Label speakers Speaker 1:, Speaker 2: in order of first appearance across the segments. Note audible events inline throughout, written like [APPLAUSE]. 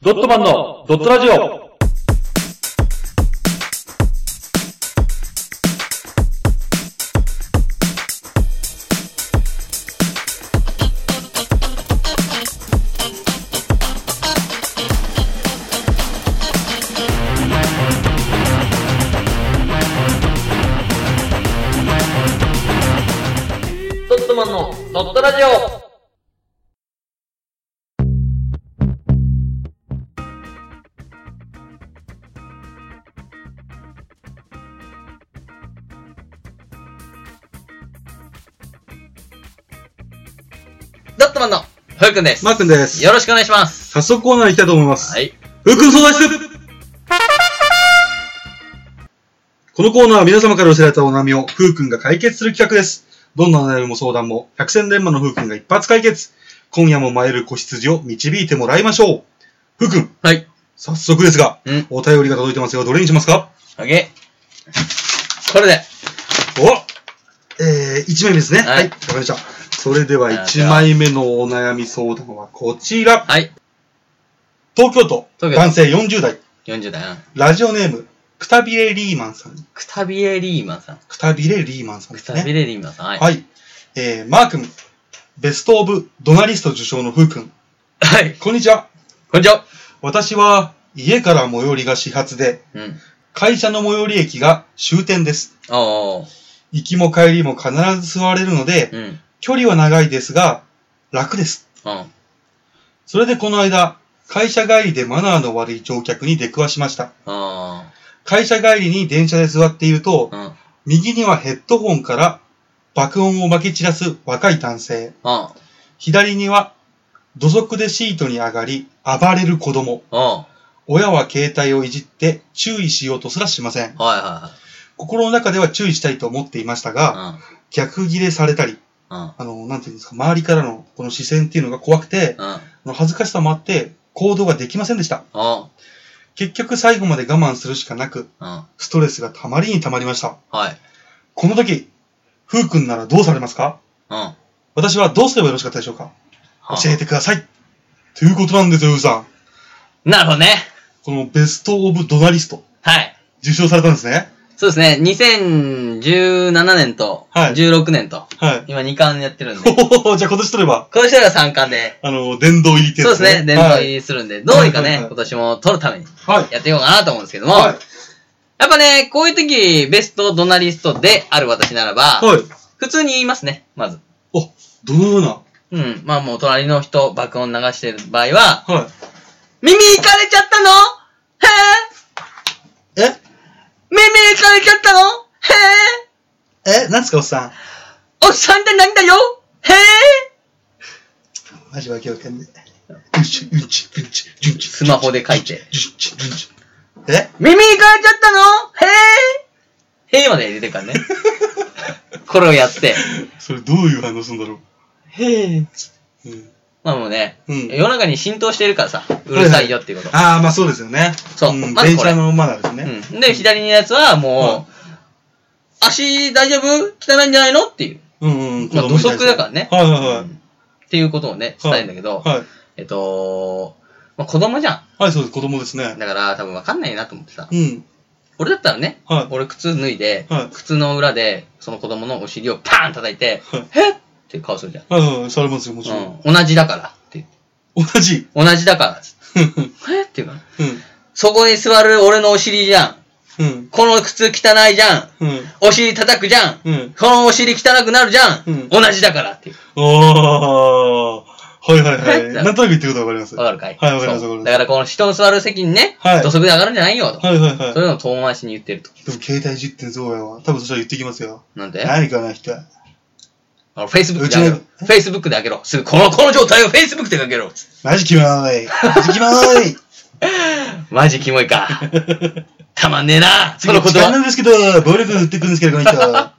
Speaker 1: ドットマンのドットラジオ
Speaker 2: ドットマンのドットラジオドットマンのふうくんです。
Speaker 3: マー君です。
Speaker 2: よろしくお願いします。
Speaker 3: 早速コーナー行きたいと思います。
Speaker 2: はい。
Speaker 3: ふうくん相談室このコーナーは皆様から寄せられたお悩みをふうくんが解決する企画です。どんなお悩みも相談も、百戦錬磨のふうくんが一発解決。今夜も迷える子羊を導いてもらいましょう。ふうくん、
Speaker 2: はい。
Speaker 3: 早速ですが、
Speaker 2: うん。
Speaker 3: お便りが届いてますよ。どれにしますか
Speaker 2: オッケー。これで。
Speaker 3: おえー、1枚目ですね。
Speaker 2: はい
Speaker 3: はい、わ、かりました。それでは
Speaker 2: あ
Speaker 3: 1枚目のお悩み相談はこちら。
Speaker 2: はい。
Speaker 3: 東京都、
Speaker 2: 東京都
Speaker 3: 男性40代。
Speaker 2: 40代な。
Speaker 3: ラジオネーム、くたびれリーマンさん。
Speaker 2: くたびれリーマンさん。
Speaker 3: くたびれリーマンさん
Speaker 2: く
Speaker 3: です
Speaker 2: たび
Speaker 3: ね。
Speaker 2: れリーマンさん。はい。
Speaker 3: はい。えー、マー君、ベストオブドナリスト受賞のふう君。
Speaker 2: はい。
Speaker 3: こんにちは。
Speaker 2: こんにちは。
Speaker 3: 私は、家から最寄りが始発で、
Speaker 2: うん。
Speaker 3: 会社の最寄り駅が終点です。
Speaker 2: おー。
Speaker 3: 行きも帰りも必ず座れるので、
Speaker 2: うん。
Speaker 3: 距離は長いですが、楽です。
Speaker 2: うん。
Speaker 3: それでこの間、会社帰りでマナーの悪い乗客に出くわしました。
Speaker 2: あ
Speaker 3: 会社帰りに電車で座っていると、
Speaker 2: あ、うん、
Speaker 3: 右にはヘッドホンから爆音をまき散らす若い男性。
Speaker 2: あ
Speaker 3: 左には土足でシートに上がり暴れる子供。
Speaker 2: あ、あ
Speaker 3: 親は携帯をいじって注意しようとすらしません。
Speaker 2: あ、はいは
Speaker 3: 心の中では注意したいと思っていました
Speaker 2: い
Speaker 3: が、
Speaker 2: はい。
Speaker 3: 逆ギレされたり、
Speaker 2: うん、うん、
Speaker 3: あの、なんていうんですか、周りからのこの視線っていうのが怖くて、
Speaker 2: うん、
Speaker 3: あの恥ずかしさもあって行動ができませんでした。
Speaker 2: あ
Speaker 3: 結局最後まで我慢するしかなく、
Speaker 2: あ、
Speaker 3: ストレスがたまりにたまりました。
Speaker 2: うん、はい。
Speaker 3: この時、ふうくんならどうされますか
Speaker 2: うん。
Speaker 3: 私はどうすればよろしかったでしょうか教えてください。ということなんですよ、ウーさん。
Speaker 2: なるほどね。
Speaker 3: このベストオブドナリスト、
Speaker 2: はい。
Speaker 3: 受賞されたんですね。
Speaker 2: そうですね。2017年と、
Speaker 3: はい
Speaker 2: 16年と、
Speaker 3: はい。
Speaker 2: 今2巻やってるんで、こ
Speaker 3: おお、じゃあ今年取れば、
Speaker 2: の人らが3巻で、
Speaker 3: あの、殿堂入りってや
Speaker 2: そうで
Speaker 3: つ
Speaker 2: すね。伝統入りするんで、どうにか
Speaker 3: はい
Speaker 2: ね
Speaker 3: は、い
Speaker 2: 今年も取るために、
Speaker 3: はい。
Speaker 2: やっていこうかなと思うんですけども、
Speaker 3: はい。
Speaker 2: やっぱね、こういう時、ベストドナリストである私ならば、
Speaker 3: はい。
Speaker 2: 普通に言いますね、まず。
Speaker 3: お、どのような。
Speaker 2: うん。まあもう隣の人、爆音流してる場合は、
Speaker 3: は
Speaker 2: 耳いかれちゃったのへえ
Speaker 3: い。え
Speaker 2: 耳いかれちゃったのへ
Speaker 3: えなんすか、おっさん。
Speaker 2: えおっさんってなんだよへえ
Speaker 3: マジわけわかんねえ。うんち、うんち、うんち、うんち。
Speaker 2: スマホで書いて。
Speaker 3: うんち、うんち。え [LAUGHS]
Speaker 2: 耳いかれちゃったのへえへえまで入れてるからね。 [LAUGHS] これをやって。
Speaker 3: それどういう反応するんだろ
Speaker 2: へえ。
Speaker 3: う。うん。
Speaker 2: まあもうね、
Speaker 3: うん
Speaker 2: 世の中に浸透してるからさ、うるさいよっていうこと。
Speaker 3: ああ、まあそうですよね。
Speaker 2: そうんまず
Speaker 3: 電
Speaker 2: これ
Speaker 3: 車のマナーですね。
Speaker 2: うん。で、左のやつはもう、足大丈夫汚いんじゃないのっていう。
Speaker 3: うんうん。
Speaker 2: まあ
Speaker 3: 子供に対して
Speaker 2: 土足だからね
Speaker 3: はいはいはい。
Speaker 2: っていうことをね、したいんだけど、
Speaker 3: はい。
Speaker 2: えっと、まあ、子供じゃん。
Speaker 3: はい、そうです。子供ですね。
Speaker 2: だから多分わかんないなと思ってさ。
Speaker 3: うん。
Speaker 2: 俺だったらね、
Speaker 3: はい
Speaker 2: 俺靴脱いで、
Speaker 3: はい
Speaker 2: 靴の裏で、その子供のお尻をパーン叩いて、
Speaker 3: はい
Speaker 2: へっっていう顔するじゃん。
Speaker 3: はいはい、されますよ、もちろん。
Speaker 2: うん、同じだからって。
Speaker 3: 同じ。
Speaker 2: 同じだからっつ
Speaker 3: うん。
Speaker 2: って。えっていうかな。そこに座る俺のお尻じゃん。
Speaker 3: うん。
Speaker 2: この靴汚いじゃん。
Speaker 3: うん。
Speaker 2: お尻叩くじゃん。
Speaker 3: うん。
Speaker 2: このお尻汚くなるじゃん。
Speaker 3: うん
Speaker 2: 同じだからっていう。
Speaker 3: あー。はいはいはい。
Speaker 2: [LAUGHS] え
Speaker 3: なんとなく言ってることわかります。
Speaker 2: わ
Speaker 3: はい
Speaker 2: かるかい
Speaker 3: はいわかります
Speaker 2: そう
Speaker 3: わかります
Speaker 2: だからこの人の座る席にね、
Speaker 3: はい
Speaker 2: 土足で上がるんじゃないよと。
Speaker 3: はいはい。
Speaker 2: そ
Speaker 3: で
Speaker 2: う
Speaker 3: も
Speaker 2: いうのを遠回しに言ってると。
Speaker 3: 携帯いじってんぞやわ。多分そしたら言ってきますよ。
Speaker 2: なんで
Speaker 3: 何かな人は。
Speaker 2: あの、Facebook であげろ
Speaker 3: う。
Speaker 2: Facebook であげろ。すぐ、この、この状態を Facebook であげろ。
Speaker 3: マジ決まらない。マジ決まらない。
Speaker 2: [LAUGHS] マジキモいか。たまんねえな、 [LAUGHS] その言
Speaker 3: 時間
Speaker 2: 葉。
Speaker 3: なんですけど、暴力振ってくるんですけど、この人。は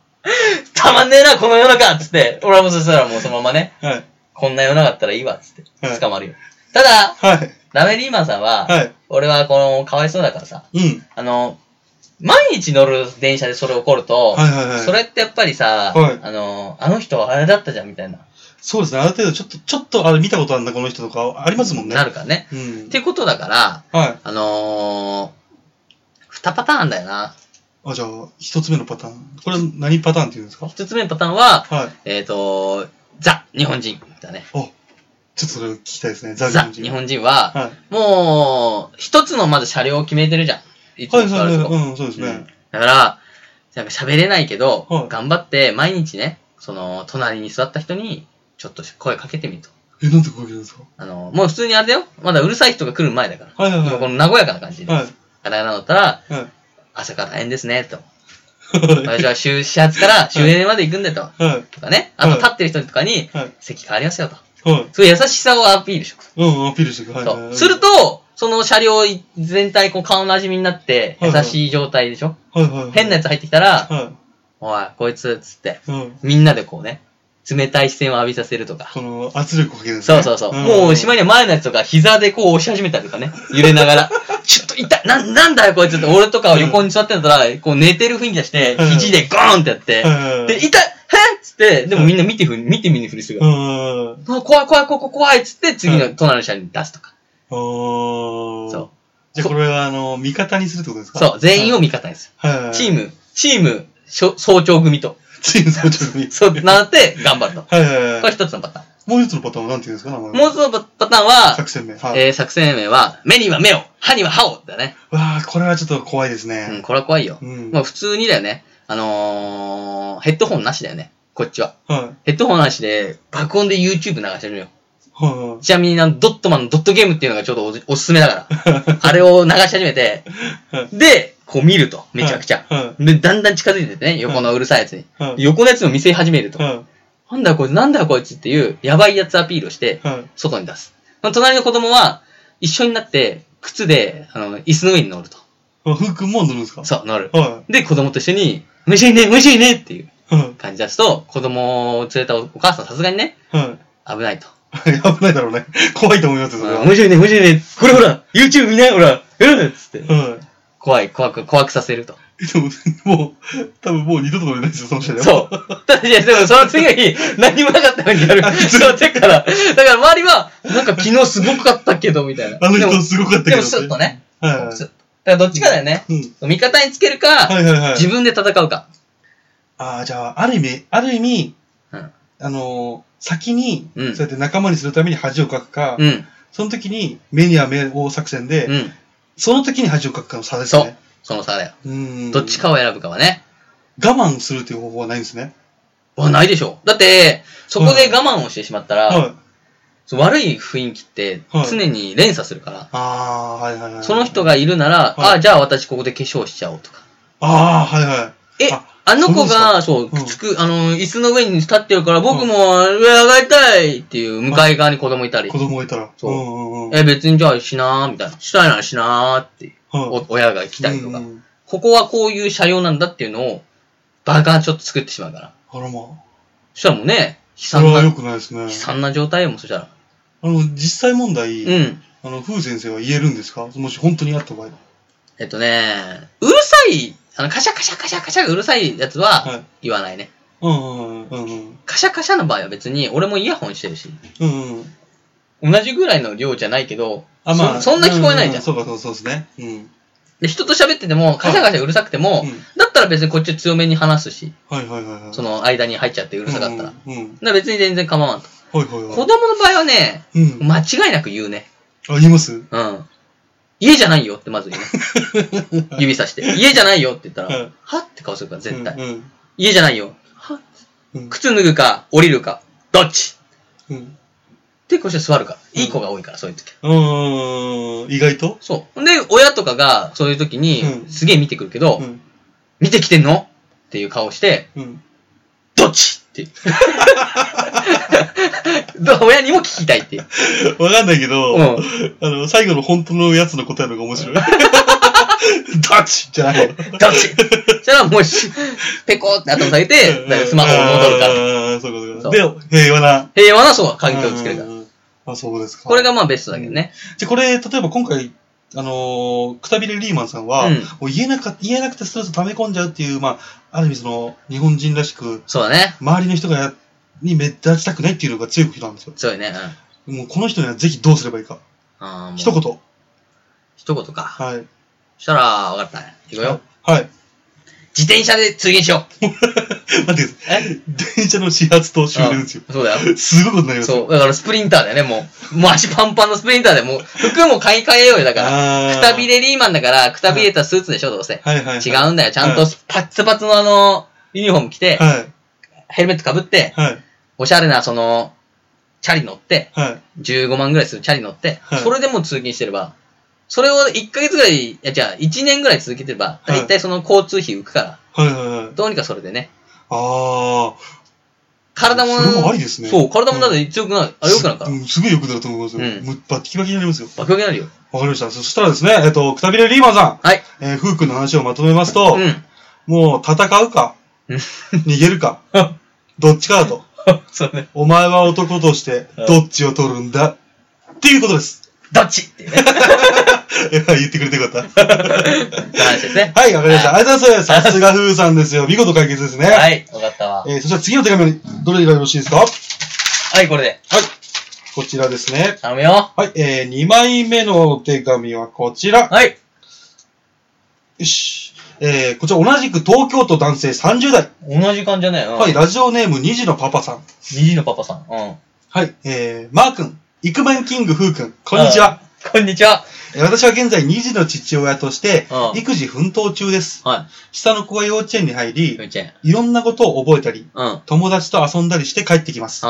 Speaker 2: たまんねえな、この世の中つって。俺はもうそしたらもうそのままね、
Speaker 3: い。はい。
Speaker 2: こんな世の中だったらいいわ、つって
Speaker 3: は。い
Speaker 2: 捕まるよ。ただ、
Speaker 3: はい。
Speaker 2: ラメリーマンさんは、
Speaker 3: はい
Speaker 2: 俺はこの、かわいそうだからさ、
Speaker 3: うん。
Speaker 2: あの、毎日乗る電車でそれ起こると、
Speaker 3: はいはいはい
Speaker 2: それってやっぱりさ、
Speaker 3: はい
Speaker 2: あの、あの人はあれだったじゃんみたいな。
Speaker 3: そうですね。ある程度、ちょっと、ちょっと、あれ見たことあるな、この人とか、ありますもんね。
Speaker 2: なるからね。
Speaker 3: うん
Speaker 2: っ。てことだから、
Speaker 3: はい。
Speaker 2: あのー、2パターンだよな。
Speaker 3: あ、じゃあ、一つ目のパターン。これ何パターンって言うんですか
Speaker 2: 1つ目のパターンは、
Speaker 3: はい。
Speaker 2: えっ、と、ザ、日本人だね。
Speaker 3: あ、ちょっとそれを聞きたいですね。ザ・
Speaker 2: ザ、
Speaker 3: 日
Speaker 2: 日
Speaker 3: 本人。
Speaker 2: 本人は、
Speaker 3: はい。
Speaker 2: もう、一つのまず車両を決めてるじゃん。いつも
Speaker 3: はい、
Speaker 2: 座
Speaker 3: は
Speaker 2: る
Speaker 3: い、
Speaker 2: とこ。
Speaker 3: はい。うん、そうです
Speaker 2: うん
Speaker 3: ね。
Speaker 2: だから、なんか喋れないけど、
Speaker 3: はい
Speaker 2: 頑張って毎日ね、その、隣に座った人に、ちょっと声かけてみると。
Speaker 3: え、なんでこういうですか
Speaker 2: あの、もう普通にあれだよ。まだうるさい人が来る前だから。
Speaker 3: はい、はい、
Speaker 2: もうこ
Speaker 3: は
Speaker 2: の和やかな感じ
Speaker 3: い。
Speaker 2: で。
Speaker 3: はい。
Speaker 2: ガラガラだったら、
Speaker 3: はい。
Speaker 2: 朝から大変ですね、と。
Speaker 3: はい。
Speaker 2: 私は終始発から終電まで行くんだと。
Speaker 3: はい。
Speaker 2: とかね。あと
Speaker 3: はい
Speaker 2: 立ってる人とかに、
Speaker 3: はい。
Speaker 2: 席変わりますよと。
Speaker 3: はい。
Speaker 2: そういう優しさをアピールしとく。
Speaker 3: うん、アピールしてください。は
Speaker 2: そ。
Speaker 3: いう
Speaker 2: する、と、その車両全体、こう顔なじみになって、
Speaker 3: は
Speaker 2: 優
Speaker 3: いはい
Speaker 2: しい状態でしょ
Speaker 3: はい、はい。
Speaker 2: 変なやつ入ってきたら、
Speaker 3: は
Speaker 2: おい、こいつ、つって、
Speaker 3: い。うん。
Speaker 2: みんなでこうね、冷たい視線を浴びさせるとか。
Speaker 3: この圧力をかけるんです
Speaker 2: そ
Speaker 3: ね
Speaker 2: うそうそう。もう、しまいには前のやつとか、膝でこう押し始めたりとかね。揺れながら。ちょっと痛いな、なんだよこいつって。俺とかは横に座ってたら、こう寝てる雰囲気出して
Speaker 3: うん、
Speaker 2: 肘でゴーンってやって
Speaker 3: はいはいはい、
Speaker 2: で、痛いえっつって、でもみんな見てふ、見て見ぬふりする
Speaker 3: う
Speaker 2: か
Speaker 3: ん。
Speaker 2: ら。あ怖い怖い怖い怖い怖いっつって、次の隣の車に出すとか。
Speaker 3: おー。
Speaker 2: そう。
Speaker 3: じゃあこれは、あの、味方にするってことですか
Speaker 2: そう、全員を味方にする。
Speaker 3: はいはい。
Speaker 2: チーム、チーム、しょ早朝組と。
Speaker 3: チーム総長に。
Speaker 2: そう、なって、頑張ると。こ
Speaker 3: はいはいは
Speaker 2: れ
Speaker 3: い。
Speaker 2: 一つのパターン。
Speaker 3: もう一つのパターンは何て言うんですか名前は
Speaker 2: もう一つのパターンは、
Speaker 3: 作戦名。はい。
Speaker 2: えー、作戦名は、目には目を、歯には歯をだね。
Speaker 3: わあ、これはちょっと怖いです
Speaker 2: う
Speaker 3: ね
Speaker 2: ん、。これは怖いよ。
Speaker 3: うん。
Speaker 2: ま
Speaker 3: は
Speaker 2: あ普通にだよね。あのー、ヘッドホンなしだよね。こっちは。
Speaker 3: い。はい
Speaker 2: ヘッドホンなしで、爆音で YouTube 流してるのよ。
Speaker 3: は
Speaker 2: ちなみにあの、ドットマンのドットゲームっていうのがちょっとおすおすすめだ [LAUGHS] か
Speaker 3: いは
Speaker 2: ら。あれを流し始めて
Speaker 3: は、
Speaker 2: で、こう見ると。めちゃくちゃ。
Speaker 3: い。は
Speaker 2: で、だんだん近づいてってね、横のうるさいやつに。
Speaker 3: い。はい。
Speaker 2: 横のやつも見せ始めると。
Speaker 3: は
Speaker 2: なんだよこいつ、なんだよこいつっていう、やばいやつアピールをして、
Speaker 3: い。はい。
Speaker 2: 外に出す。隣の子供は、一緒になって、靴で、あの、椅子の上に乗ると。
Speaker 3: あ、ふうくんも乗るんですか
Speaker 2: そう、乗る。
Speaker 3: は
Speaker 2: で、子供と一緒に、虫いね、虫いねっていう
Speaker 3: い。はい。
Speaker 2: 感じ出すと、子供を連れたお母さんさすがにね、
Speaker 3: は
Speaker 2: 危ないと。
Speaker 3: い。危ないだろうね。怖いと思いますよ、それは。
Speaker 2: 面白いね、面白いね。これほら、YouTube 見ないほら、うんつって。
Speaker 3: は
Speaker 2: 怖い、怖く、怖くさせると。
Speaker 3: い。でも、もう、多分もう二度と乗れないですよ、その人では。
Speaker 2: そう。 [LAUGHS] ただ、いや、でもその次の日、何もなかったようにやる。そう、だから、だから周りは、なんか昨日すごかったけど、みたいな。
Speaker 3: あの
Speaker 2: でも
Speaker 3: 人すごかったけど。
Speaker 2: でもスッとね。
Speaker 3: はい
Speaker 2: こ
Speaker 3: は
Speaker 2: うスッ
Speaker 3: い。
Speaker 2: とだからどっちかだよね。
Speaker 3: うん。
Speaker 2: 味方につけるか、
Speaker 3: はいはいはい。
Speaker 2: 自分で戦うか。
Speaker 3: ああ、じゃあ、ある意味、ある意味、
Speaker 2: うん
Speaker 3: あのー先に、
Speaker 2: うん
Speaker 3: そうやって仲間にするために恥をかくか、
Speaker 2: うん。
Speaker 3: その時に目には目を作戦で、
Speaker 2: うん。
Speaker 3: その時に恥をかくかの差ですね。
Speaker 2: その差だよ。
Speaker 3: うーん
Speaker 2: どっち。かを選ぶかはね。
Speaker 3: 我慢するという方法はないんですね。
Speaker 2: はないでしょ。だって、そこで我慢をしてしまったら、
Speaker 3: はい。
Speaker 2: そう悪い雰囲気って
Speaker 3: はい
Speaker 2: 常に連鎖するから、
Speaker 3: ああー、はいはいはい。
Speaker 2: その人がいるなら、
Speaker 3: はい
Speaker 2: あじゃあ私ここで化粧しちゃおうとか。
Speaker 3: ああ、はいはい。
Speaker 2: え、
Speaker 3: あ
Speaker 2: あの子が、そう、
Speaker 3: うん
Speaker 2: くっつく、あの、椅子の上に立ってるから、僕も上上がりたいっていう、向かい側に子供いたり
Speaker 3: 子、供がいたら。
Speaker 2: そうん
Speaker 3: うんうん。
Speaker 2: え、別にじゃあしなー、みたいな。したいならしなーって、
Speaker 3: はい、
Speaker 2: お親が来たりと
Speaker 3: う
Speaker 2: か
Speaker 3: んう。ん
Speaker 2: ここはこういう車両なんだっていうのを、バカちょっと作ってしまうから。
Speaker 3: あらまあ。
Speaker 2: そしたらもうね、悲
Speaker 3: そ
Speaker 2: 惨
Speaker 3: れは良
Speaker 2: な、
Speaker 3: くないですね
Speaker 2: 悲。惨な状態よ、もうそしたら。
Speaker 3: あの、実際問題、
Speaker 2: うん。
Speaker 3: あの、風先生は言えるんですかもし本当にあった場合。
Speaker 2: えっとね、うるさい、あの、カシャカシャカシャカシャがうるさいやつは
Speaker 3: はい。
Speaker 2: 言わないね。
Speaker 3: うんうんうんうん
Speaker 2: カシャカシャの場合は別に、俺もイヤホンしてるし、
Speaker 3: うん。うんうん。
Speaker 2: 同じぐらいの量じゃないけど、
Speaker 3: あ、まあ。
Speaker 2: そそんな聞こえないじゃん
Speaker 3: ううそうか、そうそうですね。うん。
Speaker 2: で人と喋ってても、カシャカシャうるさくても、
Speaker 3: うん
Speaker 2: だったら別にこっち強めに話すし、
Speaker 3: はいはいはいはい。
Speaker 2: そ
Speaker 3: の、
Speaker 2: の間に入っちゃってう
Speaker 3: う
Speaker 2: るさかったら。だか
Speaker 3: ん。うん。
Speaker 2: ら別に全然構わんと。
Speaker 3: はいはい
Speaker 2: 子
Speaker 3: は
Speaker 2: 供の場合はね、
Speaker 3: い。うん。
Speaker 2: 間違いなく言うね。
Speaker 3: あ、言い
Speaker 2: [LAUGHS]
Speaker 3: ます
Speaker 2: うん。家じゃないよってまず言うね。指さして。家じゃないよって言った
Speaker 3: う
Speaker 2: ら
Speaker 3: ん、
Speaker 2: はって顔するから、絶対。
Speaker 3: うん
Speaker 2: 家じゃないよ。は
Speaker 3: うん。
Speaker 2: 靴脱ぐか、降りるか、どっち
Speaker 3: うん。
Speaker 2: で、こうして座るから。
Speaker 3: うん
Speaker 2: いい子が多いから、そういう時。
Speaker 3: うん。意外と
Speaker 2: そう。で、親とかが、そういう時に、
Speaker 3: うん
Speaker 2: すげえ見てくるけど、
Speaker 3: うん。
Speaker 2: 見てきてんのっていう顔して、
Speaker 3: うん。
Speaker 2: どっち
Speaker 3: [LAUGHS]
Speaker 2: っていう。ど親にも聞きたいっていう。
Speaker 3: わかんないけど、
Speaker 2: うん。
Speaker 3: あの、最後の本当のやつの答えの方が面
Speaker 2: [LAUGHS]
Speaker 3: 白い。ダッチじゃない。
Speaker 2: どっちそしたらもうし、ペコって頭下げて、だからスマホを戻るから。
Speaker 3: ら。そう
Speaker 2: そ
Speaker 3: かそううか。で、平和な。
Speaker 2: 平和な、そう、環境をつけるから。
Speaker 3: ら。あ、そうですか。
Speaker 2: これが、まあベストだけどね。
Speaker 3: じゃあこれ、例えば今回、あのーくたびれリーマンさんは、
Speaker 2: うん
Speaker 3: もう言えなか言えなくてストレス溜め込んじゃうっていう、まあ、ある意味その、日本人らしく、
Speaker 2: そうだね。
Speaker 3: 周りの人がやに目立ちたくないっていうのが強い人なんですよ。
Speaker 2: そうよね。うん。
Speaker 3: もうこの人にはぜひどうすればいいか。
Speaker 2: あーもう
Speaker 3: 一言。
Speaker 2: 一言か。
Speaker 3: はい。
Speaker 2: そしたら、わかった。いくよ。
Speaker 3: はい。 [LAUGHS]
Speaker 2: 自転車で通勤しよう。
Speaker 3: 待ってくださ
Speaker 2: え
Speaker 3: い。電車の始発と終電ですよ。
Speaker 2: うんそうだよ。
Speaker 3: すごいことになりますよ。
Speaker 2: そう。だからスプリンターだよね、もう。もう足パンパンのスプリンターで、もう服も買い替えようよ、だから。
Speaker 3: あー
Speaker 2: くたびれリーマンだから、くたびれたスーツでしょ、どうせ。
Speaker 3: はいはい、はい。
Speaker 2: 違うんだよ。ちゃんと
Speaker 3: は
Speaker 2: パッツパツのあの、ユニフォーム着て、
Speaker 3: はい。
Speaker 2: ヘルメットかぶって、
Speaker 3: はい。
Speaker 2: おしゃれな、その、チャリ乗って、
Speaker 3: はい。
Speaker 2: 15万ぐらいするチャリ乗って、
Speaker 3: はい
Speaker 2: それでもう通勤してれば、それを1ヶ月ぐらい、いや、じゃあ1年ぐらい続けてれば、
Speaker 3: はい
Speaker 2: だいたいその交通費浮くから、
Speaker 3: はいはいはい。
Speaker 2: どうにかそれでね。
Speaker 3: あ
Speaker 2: 体も、
Speaker 3: それもありですね
Speaker 2: そう、体もだって強くなる、
Speaker 3: あ。
Speaker 2: あ、良くなるから
Speaker 3: す。うんすごい良くなると思いますよ。
Speaker 2: うん
Speaker 3: もうバッキバキになりますよ。
Speaker 2: バキバキになるよ。
Speaker 3: わかりました。そしたらですね、えっと、くたびれリーマンさん。
Speaker 2: はい。
Speaker 3: えー、ふうくんの話をまとめますと、
Speaker 2: うん。 [LAUGHS]
Speaker 3: もう戦うか、
Speaker 2: うん
Speaker 3: 逃げ
Speaker 2: [LAUGHS]
Speaker 3: るか、どっちかだと。
Speaker 2: そうね。
Speaker 3: お前は男として
Speaker 2: うん、
Speaker 3: どっちを取るんだ、っていうことです。
Speaker 2: どっちって
Speaker 3: [LAUGHS]
Speaker 2: いうね。
Speaker 3: いや言ってくれてよかっ
Speaker 2: [LAUGHS]
Speaker 3: た。
Speaker 2: 話ですね。
Speaker 3: はい、わかりました。ありがとうございます。さすがふうさんですよ。見事解決ですね。。
Speaker 2: はいい、わかったわ。
Speaker 3: えー、そしたら次の手紙、どれがよろしいですかはい。
Speaker 2: はい、これで。
Speaker 3: こちらですね。
Speaker 2: 頼むよ。
Speaker 3: はい、えー、2枚目のお手紙はこちら。
Speaker 2: はい。
Speaker 3: よし。えー、こちら同じく東京都男性30代。
Speaker 2: 同じ感じじゃねえよ。
Speaker 3: はい、。ラジオネーム2時のパパさん。
Speaker 2: 虹のパパさん。うん。
Speaker 3: はい、えー、マー君、イクメンキングフー君、こんにちは。
Speaker 2: こんにちは。
Speaker 3: えー私は現在2児の父親として
Speaker 2: ああ、
Speaker 3: 育児奮闘中です。
Speaker 2: は
Speaker 3: 下の子が幼稚園に入
Speaker 2: い。ゆ
Speaker 3: り、
Speaker 2: うちゃん。
Speaker 3: いろんなことを覚えたり、
Speaker 2: うん。うん。
Speaker 3: 友達と遊んだりして帰ってきます。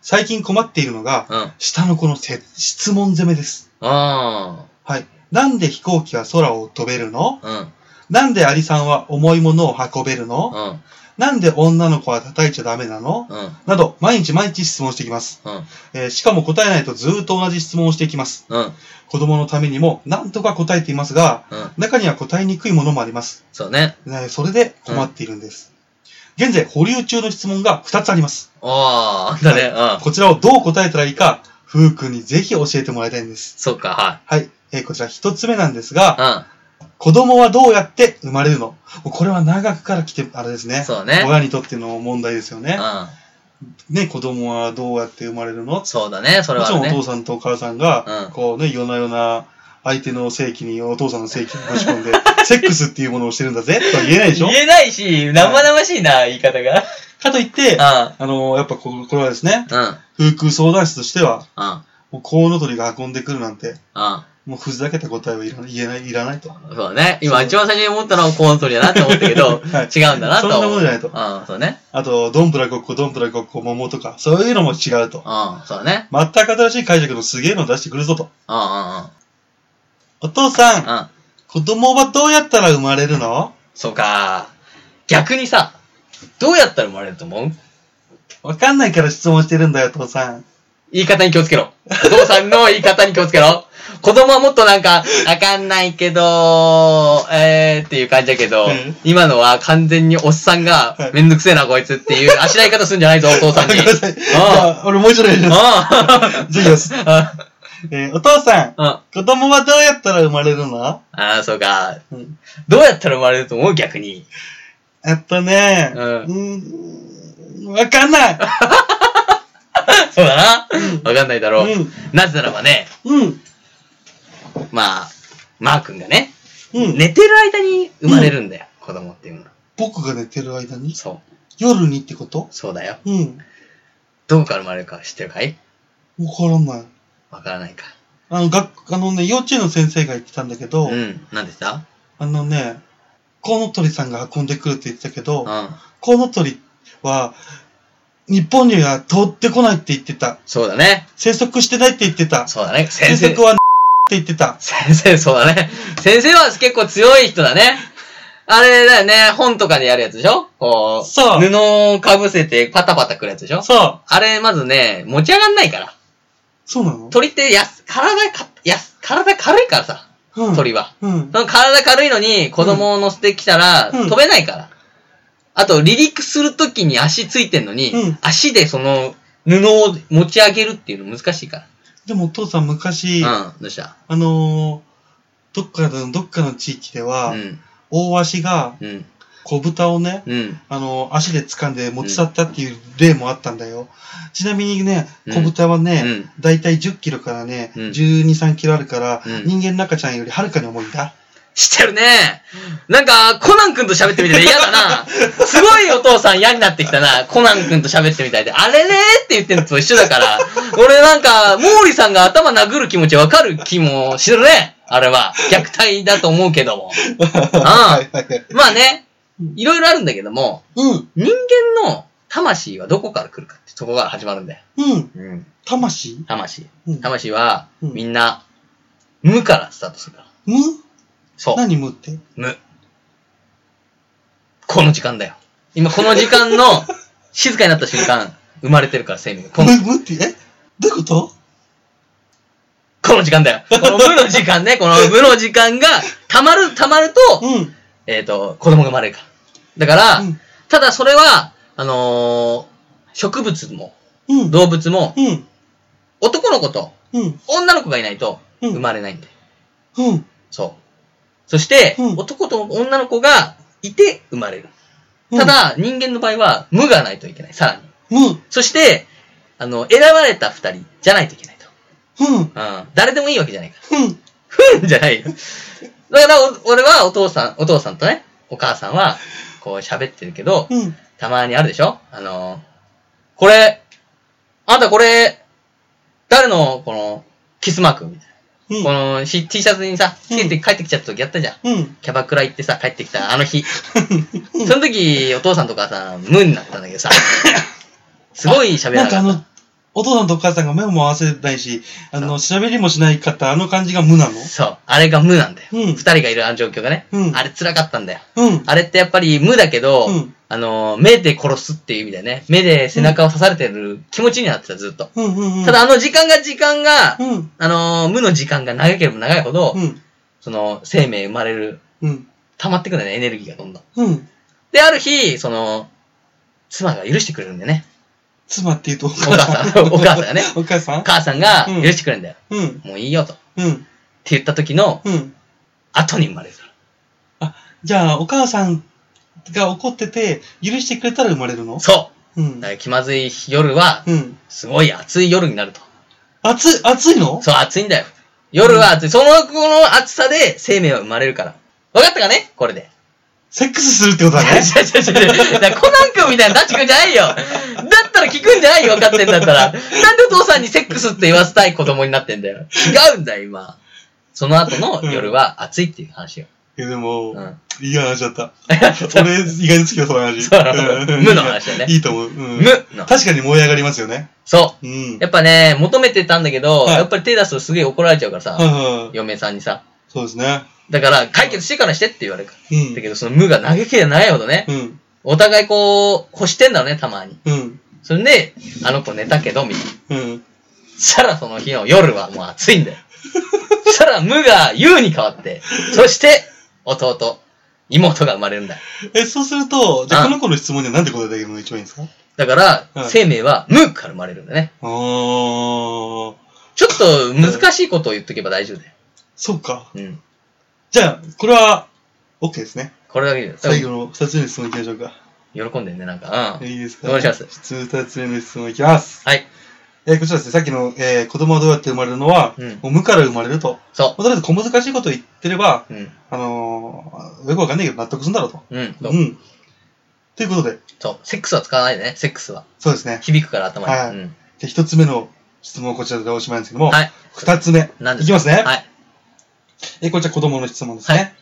Speaker 3: 最近困っているのが、
Speaker 2: うん。
Speaker 3: 下の子のせ質問攻めです。
Speaker 2: あ
Speaker 3: はい。なんで飛行機は空を飛べるの
Speaker 2: あ。うん。
Speaker 3: なんでアリさんは重いものを運べるの
Speaker 2: うん。
Speaker 3: なんで女の子は叩いちゃダメなの
Speaker 2: うん。
Speaker 3: など、毎日毎日質問してきます。
Speaker 2: うん。
Speaker 3: えーしかも答えないとずーっと同じ質問をしていきます。
Speaker 2: うん。
Speaker 3: 子供のためにも何とか答えていますが、
Speaker 2: うん。
Speaker 3: 中には答えにくいものもあります。
Speaker 2: そうね。
Speaker 3: ねそれで困っているんです。現在、保留中の質問が2つあります。
Speaker 2: ああ。だね。うん。
Speaker 3: こちらをどう答えたらいいか、ふうくんにぜひ教えてもらいたいんです。
Speaker 2: そっか、
Speaker 3: はい。えーこちら1つ目なんですが、
Speaker 2: はい。
Speaker 3: 子供はどうやって生まれるのもうこれは長くから来て、あれです
Speaker 2: うん。
Speaker 3: ね。
Speaker 2: そうね。
Speaker 3: 親にとっての問題ですよね。
Speaker 2: う
Speaker 3: ね、子供はどうやって生まれるのも
Speaker 2: ん。そうだね。それはあ
Speaker 3: ち
Speaker 2: る
Speaker 3: ろんお
Speaker 2: ね
Speaker 3: 父。さんとお母さん
Speaker 2: う
Speaker 3: が
Speaker 2: ん、
Speaker 3: こうね、夜な夜な相手の性器にお父さんの性器にぶち込んで、 [LAUGHS] セックスっていうものをしてるんだぜ、とは言えないでしょ
Speaker 2: 言えないし、生々しいな、言い方が。
Speaker 3: かといっ
Speaker 2: う
Speaker 3: て、あの、やっぱここれはです
Speaker 2: ん。
Speaker 3: ね、
Speaker 2: うん。
Speaker 3: 風空相談室としては、
Speaker 2: うん。
Speaker 3: もうコウノトリが運んでくるなんて、
Speaker 2: うん。
Speaker 3: もうふざけた答えはいらない言えないいらないと。
Speaker 2: そうね。今
Speaker 3: そう
Speaker 2: 一番最初に思ったのはコーンソリだなって思ったけど、
Speaker 3: [LAUGHS] はい
Speaker 2: 違うんだなとは思う。
Speaker 3: そんなものじゃないと
Speaker 2: うん、そうね。
Speaker 3: あと、どんぶらごっこ、どんぶらごっこ、桃とか、そういうのも違うと。
Speaker 2: うん、そうね。
Speaker 3: 全く新しい解釈のすげえのを出してくるぞと。
Speaker 2: うん、うん、うん。
Speaker 3: お父さん、
Speaker 2: うん。
Speaker 3: 子供はどうやったら生まれるの
Speaker 2: そうか。逆にさ、どうやったら生まれると思う
Speaker 3: わかんないから質問してるんだよ、父さん。
Speaker 2: 言い方に気をつけろ。お父さんの言い方に気をつけろ。子供はもっとなんか、わかんないけど、えーっていう感じだけど
Speaker 3: うん、
Speaker 2: 今のは完全におっさんが
Speaker 3: はい、
Speaker 2: めんどくせえなこいつっていう、あしらい方すんじゃないぞ、お父さん
Speaker 3: ご
Speaker 2: に。
Speaker 3: めんなさい。じ
Speaker 2: あ
Speaker 3: ゃあ、俺もう一度やります。
Speaker 2: あ
Speaker 3: じゃあ、いきます。
Speaker 2: あ。
Speaker 3: えーお父さ
Speaker 2: う
Speaker 3: ん、
Speaker 2: ん。あ
Speaker 3: 子供はどうやったら生まれるの
Speaker 2: あー、そうか。
Speaker 3: うん
Speaker 2: どうやったら生まれると思う逆に。
Speaker 3: えっとね、
Speaker 2: うん
Speaker 3: うん、わかんない
Speaker 2: そうだな。わかんないだろう。
Speaker 3: うん
Speaker 2: なぜならばね、
Speaker 3: うん、
Speaker 2: まあ、マー君がね、
Speaker 3: うん。
Speaker 2: 寝てる間に生まれるんだよ、子供っていうのは。
Speaker 3: 僕が寝てる間に
Speaker 2: そう。
Speaker 3: 夜にってこと
Speaker 2: そうだよ。
Speaker 3: うん。
Speaker 2: どこから生まれるか知ってるかい
Speaker 3: わからない。
Speaker 2: わからないか。
Speaker 3: あの、学、あのね、幼稚園の先生が言ってたんだけど、
Speaker 2: うん。なんでさ
Speaker 3: あのね、コウノトリさんが運んでくるって言ってたけ
Speaker 2: う
Speaker 3: ど、
Speaker 2: ん。
Speaker 3: コウノトリは、日本には通ってこないって言ってた。
Speaker 2: そうだね。
Speaker 3: 生息してないって言ってた。
Speaker 2: そうだね。
Speaker 3: 生
Speaker 2: 先生
Speaker 3: 息。は、って言ってた。
Speaker 2: 先生、そうだね。先生は結構強い人だね。あれだよね、本とかでやるやつでしょこう、
Speaker 3: そう
Speaker 2: 布をかぶせてパタパタくるやつでしょ
Speaker 3: そう。
Speaker 2: あれ、まずね、持ち上がんないから。
Speaker 3: そうなの
Speaker 2: 鳥ってやす、体か、やす、体軽いからさ、
Speaker 3: うん、
Speaker 2: 鳥は。
Speaker 3: うん
Speaker 2: そ。の体軽いのに子供を乗せてきたら、
Speaker 3: うん
Speaker 2: 飛べないから。あと、離陸するときに足ついてんのに、
Speaker 3: うん
Speaker 2: 足でその、布を持ち上げるっていうの難しいか
Speaker 3: でもお父さん昔、あ
Speaker 2: ら。うん、どうした
Speaker 3: のー、どっかの、どっかの地域では、
Speaker 2: うん、
Speaker 3: 大鷲が
Speaker 2: うん。
Speaker 3: 小豚をね、
Speaker 2: うん。
Speaker 3: あの、足で掴んで持ち去ったっていう例もあったんだよ。ちなみにね、
Speaker 2: うん
Speaker 3: 小豚は
Speaker 2: う
Speaker 3: ね、
Speaker 2: ん。
Speaker 3: だいたい10キロからね、
Speaker 2: うん
Speaker 3: 12、3キロあるから、
Speaker 2: うん
Speaker 3: 人間の赤ちゃんよりはるかに重いんだ。
Speaker 2: してるね。なんか、コナン君と喋ってみたいで嫌だ
Speaker 3: [LAUGHS]
Speaker 2: な。すごいお父さん嫌になってきたな。コナン君と喋ってみたいで。あれれーって言ってんのと一緒だから。俺なんか、毛利さんが頭殴る気持ちわかる気もしてるね。あれは。虐待だと思うけども。
Speaker 3: はいはいはい。
Speaker 2: まあね、いろいろあるんだけども、
Speaker 3: [LAUGHS] うん、
Speaker 2: 人間の魂はどこから来るかってとこから始まるんだよ。
Speaker 3: うん、
Speaker 2: うん。
Speaker 3: 魂
Speaker 2: 魂。
Speaker 3: うん。
Speaker 2: 魂は、
Speaker 3: うん
Speaker 2: みんな、無からスタートするから。
Speaker 3: 無
Speaker 2: そう。
Speaker 3: 何無って
Speaker 2: 無。この時間だよ。今この時間
Speaker 3: [LAUGHS]
Speaker 2: の静かになった瞬間、生まれてるから生命が。こ
Speaker 3: 無
Speaker 2: の、
Speaker 3: 無って、えどういうこと
Speaker 2: この時間だよ。この無の時間ね、この無の時間が、溜まる、溜まると、
Speaker 3: うん。
Speaker 2: えっ、と、子供が生まれるから。だから、
Speaker 3: うん
Speaker 2: ただそれは、あのー植物も、
Speaker 3: うん。
Speaker 2: 動物も、
Speaker 3: うん。
Speaker 2: 男の子と
Speaker 3: うん。
Speaker 2: 女の子がいないと、
Speaker 3: うん
Speaker 2: 生まれないんだよ。
Speaker 3: うん。
Speaker 2: そう。そして、
Speaker 3: うん
Speaker 2: 男と女の子がいて生まれる。た、だ、人間の場合は、無がないといけない、さらに。
Speaker 3: 無。うん。
Speaker 2: そして、あの、選ばれた二人じゃないといけないと。
Speaker 3: うん。
Speaker 2: うん。誰でもいいわけじゃないから。 [LAUGHS]
Speaker 3: うん。
Speaker 2: ふんじゃないよ。だからお、俺はお父さん、お父さんとね、お母さんは、こう喋ってるけど、
Speaker 3: うん。
Speaker 2: たまにあるでしょあのー、これ、あんたこれ、誰の、この、キスマークみたいな。この、し T シャツにさ、つけて帰ってきちゃった時やったじゃん。
Speaker 3: うん。
Speaker 2: キャバクラ行ってさ、帰ってきた、あの日。その時、お父さんとかさ、無になったんだ
Speaker 3: [LAUGHS]
Speaker 2: けどさ、すごい喋ら
Speaker 3: な
Speaker 2: なん
Speaker 3: か
Speaker 2: か
Speaker 3: あ
Speaker 2: った。
Speaker 3: の、お父さんとお母さんが目も合わせないし、あの、喋りもしない方、あの感じが無なの
Speaker 2: そう。あれが無なんだよ。
Speaker 3: う
Speaker 2: 二、
Speaker 3: ん
Speaker 2: 人がいるあの状況がね。
Speaker 3: うん
Speaker 2: あれ辛かったんだよ。
Speaker 3: うん。
Speaker 2: あれってやっぱり無だけど、
Speaker 3: うん
Speaker 2: あのー、目で殺すっていう意味だよね。目で背中を刺されてる気持ちになってた、ずっと。
Speaker 3: うんうんうん。
Speaker 2: ただ、あの時間が時間が、
Speaker 3: うん。
Speaker 2: あのー、無の時間が長ければ長いほど、
Speaker 3: うん。
Speaker 2: その、生命生まれる、
Speaker 3: うん。
Speaker 2: 溜まってくるね、エネルギーがどんどん。
Speaker 3: うん。
Speaker 2: で、ある日、その、妻が許してくれるんだよね。
Speaker 3: 妻って言うとお
Speaker 2: お母さん、お母さんがね。
Speaker 3: [LAUGHS] お母さん
Speaker 2: お母さんが許してくれるんだよ。
Speaker 3: うん。
Speaker 2: もういいよと。って
Speaker 3: うん。
Speaker 2: 言った時の
Speaker 3: うん。
Speaker 2: 後に生まれるから。
Speaker 3: じゃあ、お母さんが怒ってて、許してくれたら生まれるの
Speaker 2: そうう。
Speaker 3: ん
Speaker 2: だか。ら気まずい夜は、
Speaker 3: うん。
Speaker 2: すごい暑い夜になると。
Speaker 3: 熱い、熱いの
Speaker 2: そう、暑いんだよ。夜は暑い。その、この暑さで生命は生まれるから。わかったかねこれで。 [LAUGHS]
Speaker 3: セックスするってことだ
Speaker 2: 違う違
Speaker 3: ね。
Speaker 2: う違う違う。だからコナン君みたいなダッチ君じゃないよ。だったら聞くんじゃないよ、分かってんだったら。なんでお父さんにセックスって言わせたい子供になってんだよ。違うんだよ、今。その後の夜は暑いっていう話よ。
Speaker 3: いや、で
Speaker 2: う
Speaker 3: も、
Speaker 2: ん。
Speaker 3: いい話だった。俺、意外に好きだ、その話。
Speaker 2: そうなの
Speaker 3: うん
Speaker 2: 無の話だね
Speaker 3: いいと思う。うん
Speaker 2: 無の
Speaker 3: 確かに燃え上がりますよね。
Speaker 2: そう。
Speaker 3: うん。
Speaker 2: やっぱね、求めてたんだけど、
Speaker 3: はい
Speaker 2: やっぱり手出すとすげえ怒られちゃうからさ、
Speaker 3: うんうん
Speaker 2: 嫁さんにさ。
Speaker 3: そうですね。
Speaker 2: だから、解決してからしてって言われるから。
Speaker 3: うん。
Speaker 2: だけど、その無が嘆けりゃないほどね、
Speaker 3: うん。
Speaker 2: お互いこう、欲してんだろうね、たまに。
Speaker 3: うん。
Speaker 2: それで、あの子寝たけど、みたいな。
Speaker 3: うん。
Speaker 2: そしたらその日の夜はもう暑いんだよ。そしたら無が優に変わって、そして、弟、妹が生まれるんだよ。
Speaker 3: え、そうすると、じゃあ
Speaker 2: う
Speaker 3: こ
Speaker 2: ん
Speaker 3: の子の質問にはなんて答えてあげるのが一番いいんですか
Speaker 2: だから、
Speaker 3: うん
Speaker 2: 生命は無から生まれるんだね。
Speaker 3: あー、
Speaker 2: ちょっと難しいことを言っとけば大丈夫だよ。
Speaker 3: そうか。
Speaker 2: うん。
Speaker 3: じゃあ、これは、OK ですね。
Speaker 2: これだけで。
Speaker 3: 最後の二つ目の質問いきましょうか。
Speaker 2: 喜んでんね、なんか。うん。
Speaker 3: いいですか
Speaker 2: お願いします
Speaker 3: 質問二つ目の質問いきます。
Speaker 2: はい。
Speaker 3: えーこちらですね、さっきの、えー子供はどうやって生まれるのは、
Speaker 2: うん
Speaker 3: もう無から生まれると。
Speaker 2: そ
Speaker 3: まあとりあえず小難しいことを言ってれば、
Speaker 2: う。うん。
Speaker 3: あのーよくわかんないけど納得するんだろうと。
Speaker 2: うん。そうう。
Speaker 3: ん。ということで、
Speaker 2: そうセックスは使わないでね、セックスは。
Speaker 3: そうですね。
Speaker 2: 響くから頭に。
Speaker 3: はい
Speaker 2: うん。
Speaker 3: じゃあ一つ目の質問はこちらでおしまいなんですけども、
Speaker 2: はい。
Speaker 3: 二つ目。
Speaker 2: 何で
Speaker 3: い
Speaker 2: す
Speaker 3: き
Speaker 2: か
Speaker 3: ますね。
Speaker 2: はい。
Speaker 3: え、こちら子供の質問ですね。
Speaker 2: はい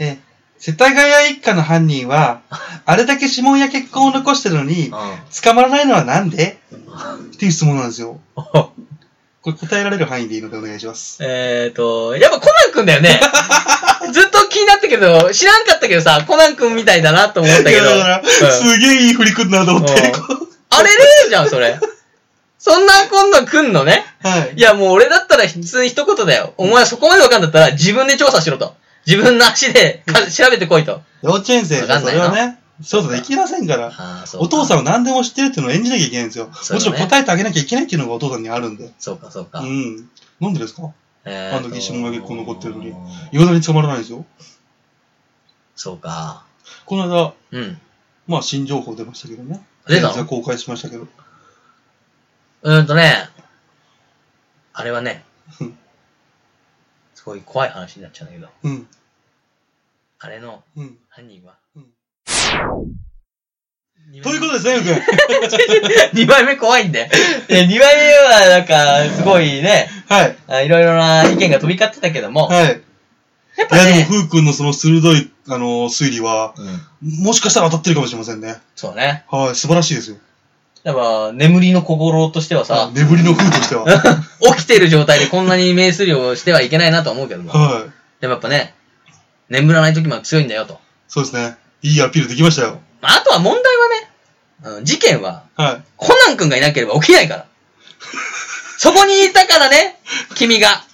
Speaker 3: えー世田谷一家の犯
Speaker 2: [LAUGHS]
Speaker 3: 人は、あれだけ指紋や血痕を残してるのに、捕まらないのはなんでっていう質問なんですよ。
Speaker 2: うん。
Speaker 3: これ答えられる範囲でいいのでお願いします。
Speaker 2: [LAUGHS] えーと、やっぱコナン君だよ
Speaker 3: [LAUGHS]
Speaker 2: ね。ずっと気になったけど、知らんかったけどさ、コナン君みたいだなと思った
Speaker 3: い
Speaker 2: けど。
Speaker 3: やだから、
Speaker 2: うん
Speaker 3: すげえいい振りくんなと思って
Speaker 2: うん。
Speaker 3: こう
Speaker 2: あれれじゃん、それ。そんな今度来んのね。
Speaker 3: [LAUGHS] はい。
Speaker 2: いや、もう俺だったら普通に一言だよ。お前そこまでわかんだったら自分で調査しろと。自分の足でか調べてこいと。
Speaker 3: 幼稚園生じゃそれは
Speaker 2: わか
Speaker 3: ね、そうだできませんから。
Speaker 2: ああ、そ
Speaker 3: お父さ
Speaker 2: ん。
Speaker 3: んは何でも知ってるっていうのを演じなきゃいけないんですよ。も
Speaker 2: そうだ
Speaker 3: ち
Speaker 2: ね
Speaker 3: ろん答えてあげなきゃいけないっていうのがお父さんにあるんで。
Speaker 2: そうか、そう
Speaker 3: う
Speaker 2: か。
Speaker 3: ん。なんでですか
Speaker 2: え
Speaker 3: あの時指紋が結構残ってるのに
Speaker 2: に。
Speaker 3: いまだに捕まらないですよ。
Speaker 2: そうか。
Speaker 3: この間、
Speaker 2: うん。
Speaker 3: まあ新情報出ましたけどね。
Speaker 2: 出た
Speaker 3: 現在
Speaker 2: の
Speaker 3: 公開しましたけど。
Speaker 2: うーんとね、あれはね
Speaker 3: うん、
Speaker 2: すごい怖い話になっちゃうんだけど、
Speaker 3: うん。
Speaker 2: あれの
Speaker 3: うん。
Speaker 2: 犯人は
Speaker 3: うん、
Speaker 2: 二枚目
Speaker 3: ということですね、ゆうく
Speaker 2: [LAUGHS]
Speaker 3: ん。
Speaker 2: 二枚目怖いんで。え二枚目はなんか、すごいね、
Speaker 3: はい。
Speaker 2: あいろいろな意見が飛び交ってたけども、
Speaker 3: はい。
Speaker 2: やっ
Speaker 3: い
Speaker 2: ぱ
Speaker 3: や、でも、
Speaker 2: ね、
Speaker 3: ふうくんのその鋭い、あの、推理は、
Speaker 2: うん、
Speaker 3: もしかしたら当たってるかもしれませんね。
Speaker 2: そうね。
Speaker 3: はい、素晴らしいですよ。
Speaker 2: やっぱ、眠りの小五郎としてはさ、
Speaker 3: 眠りの風としては。
Speaker 2: [LAUGHS] 起きてる状態でこんなに名推理をしてはいけないなとは思うけども、
Speaker 3: はい。
Speaker 2: でもやっぱね、眠らない時も強いんだよと。
Speaker 3: そうですね。いいアピールできましたよ。
Speaker 2: まああとは問題はね、あの事件は、
Speaker 3: はい。
Speaker 2: コナン君がいなければ起きない
Speaker 3: [LAUGHS]
Speaker 2: から。そこにいたからね、君が。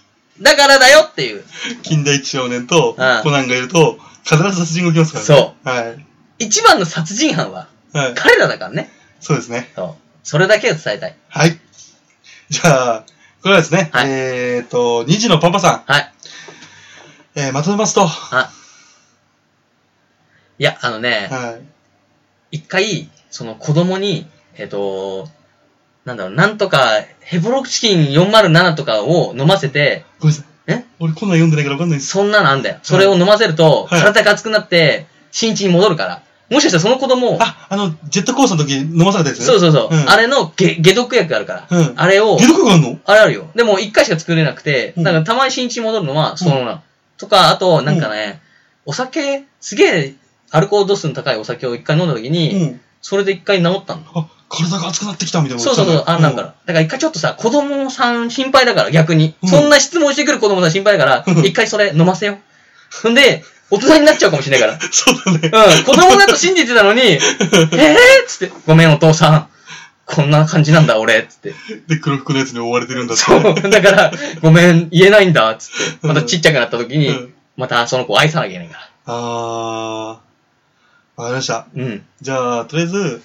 Speaker 2: だからだよっていう。
Speaker 3: 近代一少年と
Speaker 2: うん
Speaker 3: コナンがいると、必ず殺人が起きますからね。。
Speaker 2: そう
Speaker 3: はい。
Speaker 2: 一番の殺人犯は、
Speaker 3: はい。
Speaker 2: 彼らだからね。
Speaker 3: そうですね。
Speaker 2: そう。それだけを伝えたい。
Speaker 3: はい。じゃあ、これはですね、
Speaker 2: はい
Speaker 3: えーと、2時のパパさ
Speaker 2: はい。
Speaker 3: ん、えー、まとめますと、
Speaker 2: あ。いや、あのね、
Speaker 3: はい。
Speaker 2: 一回、その子供に、えっ、と、なんだろう、なんとか、ヘブロチキン407とかを飲ませて、
Speaker 3: ごめんなさい。
Speaker 2: え
Speaker 3: 俺こんなん読んでないからわかんないです。
Speaker 2: そんなのあんだよ。それを飲ませると、
Speaker 3: はい
Speaker 2: 体が熱くなって、新地に戻るから。もしかしたらその子供を、
Speaker 3: あ、あの、ジェットコースターの時飲まされたやつ
Speaker 2: そうそうそう、
Speaker 3: うん
Speaker 2: あれの解解毒薬があるから、
Speaker 3: うん
Speaker 2: あれを
Speaker 3: 解、毒があるの
Speaker 2: あれあるよ。でも一回しか作れなくて、
Speaker 3: うん
Speaker 2: だからたまに新地に戻るのは、そのなの、とか、あと、なんかね、お酒、すげえ、アルコール度数の高いお酒を一回飲んだ時に、
Speaker 3: うん。
Speaker 2: それで一回治ったの。
Speaker 3: あ、体が熱くなってきたみたいな
Speaker 2: そうそうそう、あんなんから。
Speaker 3: ら。
Speaker 2: だから一回ちょっとさ、子供さん心配だから、逆に。
Speaker 3: うん
Speaker 2: そんな質問してくる子供さん心配だから
Speaker 3: う、ん
Speaker 2: 一回それ飲ませよう。んで、大人になっちゃうかもしれないか
Speaker 3: [LAUGHS] そうだね。
Speaker 2: ら。うん、子供だと信じてた
Speaker 3: [LAUGHS]
Speaker 2: のに、えぇ、ー、っつって、ごめんお父さん。こんな感じなんだ、俺、つって。
Speaker 3: で、黒服のやつに追われてるんだって。
Speaker 2: そう、だから、ごめん、言えないんだ、つって。またちっちゃくなった時
Speaker 3: う
Speaker 2: に、
Speaker 3: ん。
Speaker 2: またその子を愛さなきゃいけないか
Speaker 3: あー、わかりました。
Speaker 2: ら。うん、
Speaker 3: じゃあ、とりあえず、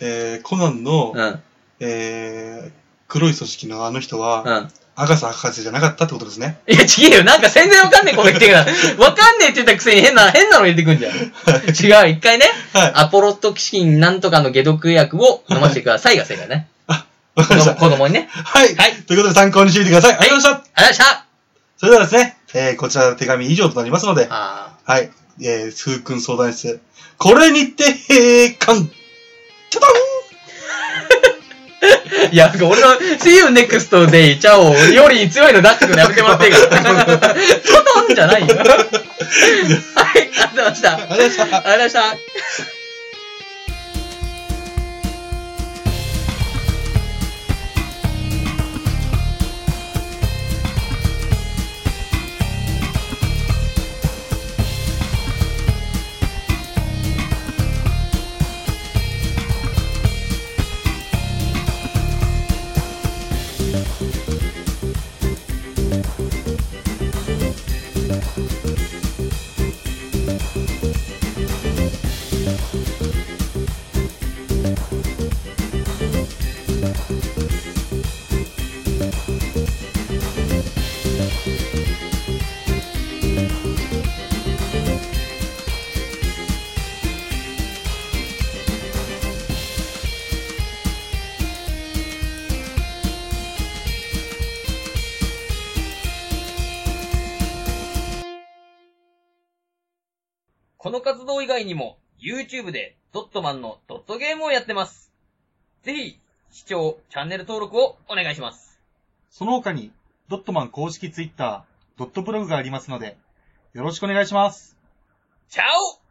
Speaker 3: えー、コナンの、
Speaker 2: うん、
Speaker 3: えー、黒い組織のあの人は、
Speaker 2: うん。
Speaker 3: アガサ博士じゃなかったってことですね。
Speaker 2: いや、ちげえよ。なんか全然わかんねえこと言ってるから。わかんねえって言ったくせに変な、変なの入れてくんじゃん。違う、一回ね。
Speaker 3: はい。
Speaker 2: アポロトキシンなんとかの解毒薬を飲ませてくださいが正解ね。
Speaker 3: わか
Speaker 2: 子
Speaker 3: りまし
Speaker 2: 供
Speaker 3: た。
Speaker 2: 子供にね。
Speaker 3: はい。
Speaker 2: はい
Speaker 3: ということで参考にしてみてください。ありがとうございました。
Speaker 2: ありがとうございました
Speaker 3: それではですね、えー、こちらの手紙以上となりますので、
Speaker 2: あ
Speaker 3: はい。えー、ふうくん相談室、これにて閉館ちゃたん
Speaker 2: ーいや、俺の See you next day, チャオより強いの出してくるのやめてもらっていいかな。トトンじゃないよ。はい、ありがとうございました。ありがと
Speaker 3: ありがとうございました
Speaker 2: うございました。この活動以外にも、YouTube でドットマンのドットゲームをやってます。ぜひ、視聴、チャンネル登録をお願いします。
Speaker 3: その他に、ドットマン公式ツイッター、ドットブログがありますので、よろしくお願いします。
Speaker 2: チャオ